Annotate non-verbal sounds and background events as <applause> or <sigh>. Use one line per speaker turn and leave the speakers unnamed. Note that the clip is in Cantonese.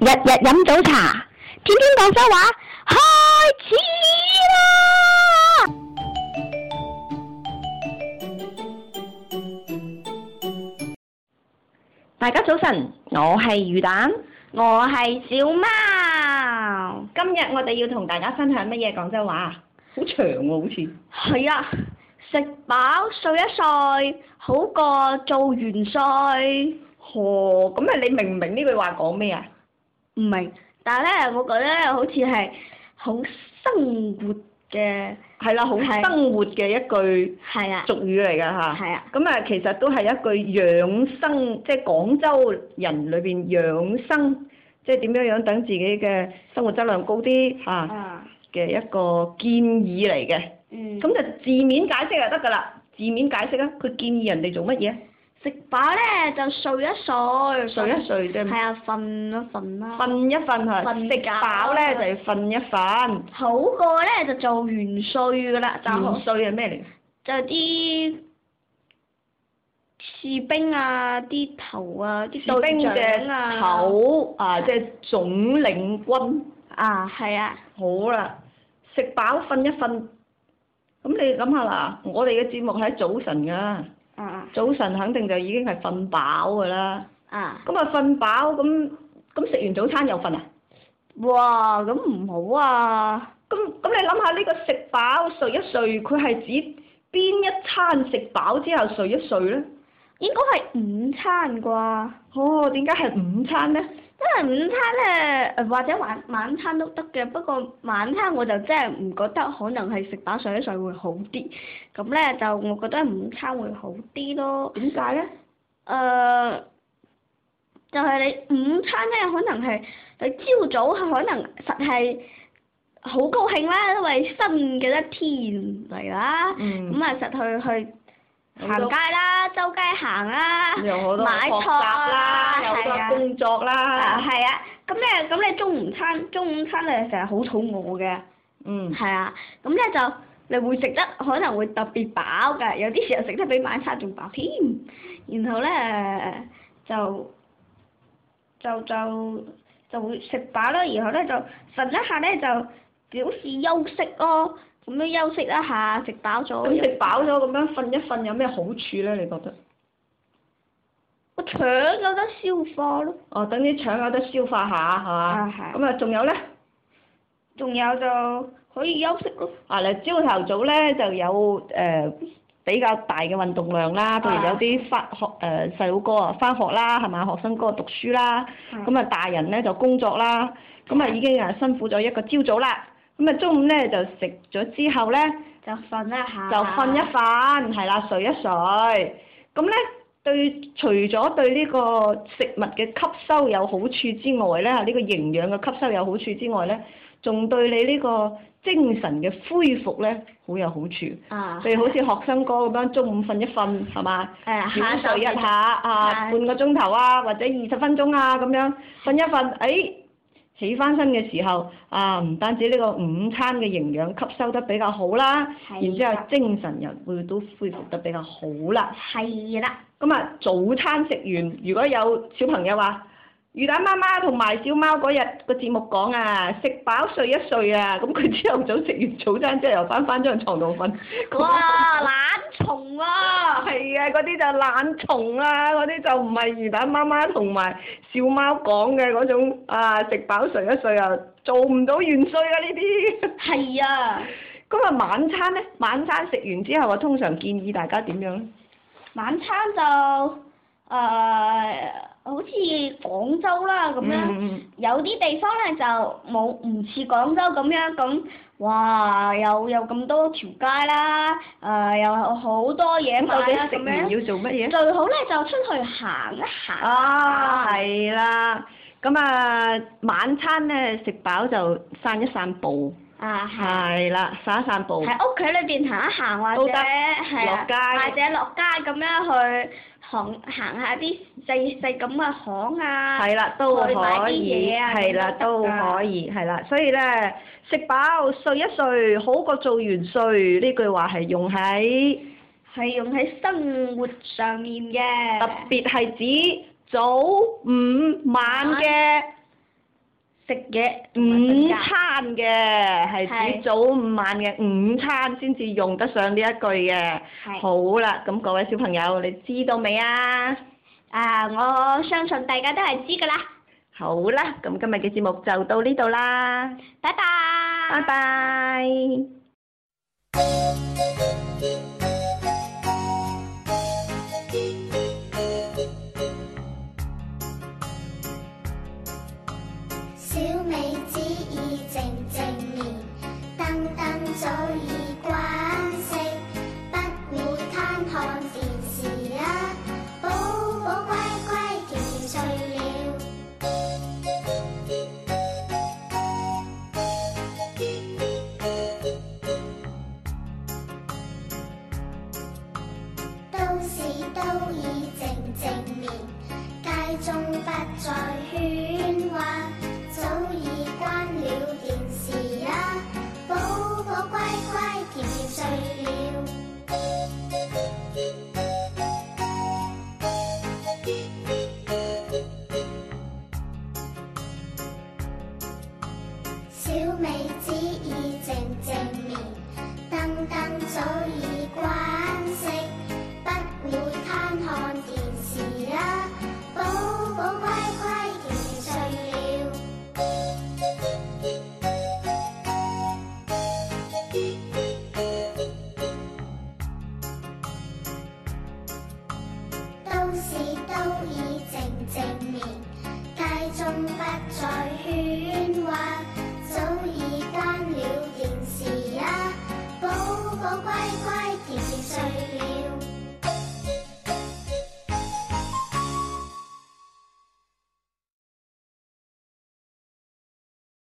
日日飲早茶，天天廣州話，開始啦！大家早晨，我係魚蛋，
我係小貓，
今日我哋要同大家分享乜嘢廣州話啊？好長喎、好似。
係啊，食飽睡一睡，好過做元帥。
哦，咁啊，你明唔明呢句話講咩啊？
唔明，但係咧，我覺得好似係好生活嘅，
係啦，好
係
生活嘅一句
係啊，
俗語嚟㗎嚇。
係啊，
咁啊，其實都係一句養生，即係廣州人裏邊養生，即係點樣樣等自己嘅生活質量高啲嚇
啊，
嘅一個建議嚟嘅。
嗯，
咁就字面解釋就得㗎啦，字面解釋啊，佢建議人哋做乜嘢？
食飽咧就睡一睡，
睡一睡啫，
係啊，瞓一瞓啦，
瞓一瞓嚇，
瞓
食
覺
飽咧就係瞓一瞓。
好過咧就做元帥噶啦，就
元帥係咩嚟㗎？
嗯就啲士兵啊，啲頭啊，啲
士兵
隊
嘅
長啊，
頭啊，即係總領軍。
啊，係啊，
好啦，食飽瞓一瞓。咁你諗下啦，我哋嘅節目係喺早晨噶，
啊
早晨肯定就已經係瞓飽噶啦。
啊，
咁啊瞓飽咁咁食完早餐又瞓啊？
哇，咁唔好啊，
咁咁你諗下呢個食飽睡一睡，佢係指邊一餐食飽之後睡一睡咧？
應該係午餐啩，
哦，點解係午餐咧？
因為午餐咧，呃或者晚晚餐都得嘅，不過晚餐我就真係唔覺得可能係食飽睡一睡會好啲，咁咧就我覺得午餐會好啲咯。
點解咧？
誒、就係你午餐咧，可能係你朝早可能實係好高興啦，因為新嘅一天嚟啦， <laughs>
嗯
咁啊、實去去
好
行
多
街啦，周街行啦，
有好多
買
學習
菜
啦，有好
係啊
多工作
啊
啦，
係啊，咁咧咁咧中午餐中午餐咧成日好肚餓嘅，
嗯，
係啊，咁咧就你會食得可能會特別飽㗎，有啲時候食得比晚餐仲飽添。然後咧就就就就會食飽啦，然後咧就瞓一下咧就表示休息咯，咁樣休息一下，食飽咗。
咁食飽咗咁樣瞓一瞓有咩好處咧？你覺得？
個腸有得消化咯。
哦，等啲腸有得消化下，係嘛？
啊係
咁啊，仲有咧，
仲有就可以休息咯。
啊，你朝頭早咧就有誒、呃比較大嘅運動量啦，譬如
啊
有啲翻學誒細佬哥啊翻學啦，係嘛？學生哥讀書啦，咁啊大人咧就工作啦，咁啊已經啊辛苦咗一個朝早啦，咁啊中午咧就食咗之後咧。
就瞓一下。
就瞓一瞓，係啦，睡一睡。咁咧，對除咗對呢個食物嘅吸收有好處之外咧，呢、個營養嘅吸收有好處之外咧，仲對你呢個精神嘅恢復咧好有好處。譬
啊。
如好似學生哥咁樣，中午瞓一瞓，係嘛？
誒
小
下晝
睡一下啊，
係
半個鐘頭啊，或者二十分鐘啊咁樣瞓一瞓，誒、哎起翻身嘅時候啊，唔單止呢個午餐嘅營養吸收得比較好啦，
係啊
然之後
啦
精神又會都恢復得比較好啦。
係
<laughs>
啦。
咁啊，早餐食完，如果有小朋友話魚蛋媽媽同埋小貓嗰日個節目講啊，食飽睡一睡啊，咁佢 <laughs> 朝頭早食完早餐之後又翻翻張床度瞓。
哇！懶蟲喎、
<laughs> 係啊，嗰啲就懶蟲啊，嗰啲就唔係魚蛋媽媽同埋小貓講嘅嗰種啊，食飽睡一睡啊，做唔到元帥啊呢啲。 <laughs>
係啊，
咁啊，晚餐咧，晚餐食完之後啊，通常建議大家點樣咧？
晚餐就誒、呃好似廣州啦咁樣，
嗯
有啲地方咧就冇唔似廣州咁樣咁，哇！有有咁多條街啦，誒、又有好多嘢
咁究
買啦
竟食
咁
完
樣，
要做乜嘢？
最好咧就出去行一行。
啊，係啦。咁啊，晚餐咧食飽就散一散步，
啊係。
係啊啦，散一散步。
喺屋企裏邊行一行，或
都
者
得
係
落街
啊，或者落街咁樣去行行下啲細細咁嘅巷啊。
係啦，都
去買啲
可以，
嘢啊
係啦，
咁
都
都得㗎
可以，係啦。所以咧，食飽睡一睡好過做元帥呢句話係用喺
係用喺生活上面
特
嘅，
別係指早午晚嘅
食嘢同埋
午
瞓覺
餐嘅係指
係
早午晚嘅午餐先至用得上呢一句嘅。
係
好啦，咁各位小朋友，你知道未啊？
啊，我相信大家都係知㗎啦，
好啦，咁今日嘅節目就到呢度啦，
拜拜。
拜拜。
小美子已靜靜眠，燈燈早已關熄，不會貪看電視啊！寶寶乖乖甜甜睡了。都市都已靜靜眠，街中不再喧嘩，早已關了電視啊！寶寶乖乖甜甜睡了。小美子已靜靜眠，燈燈早已關熄，不會貪看電視啊啦。寶寶乖乖甜甜睡了。都市都已靜靜眠，街中不再喧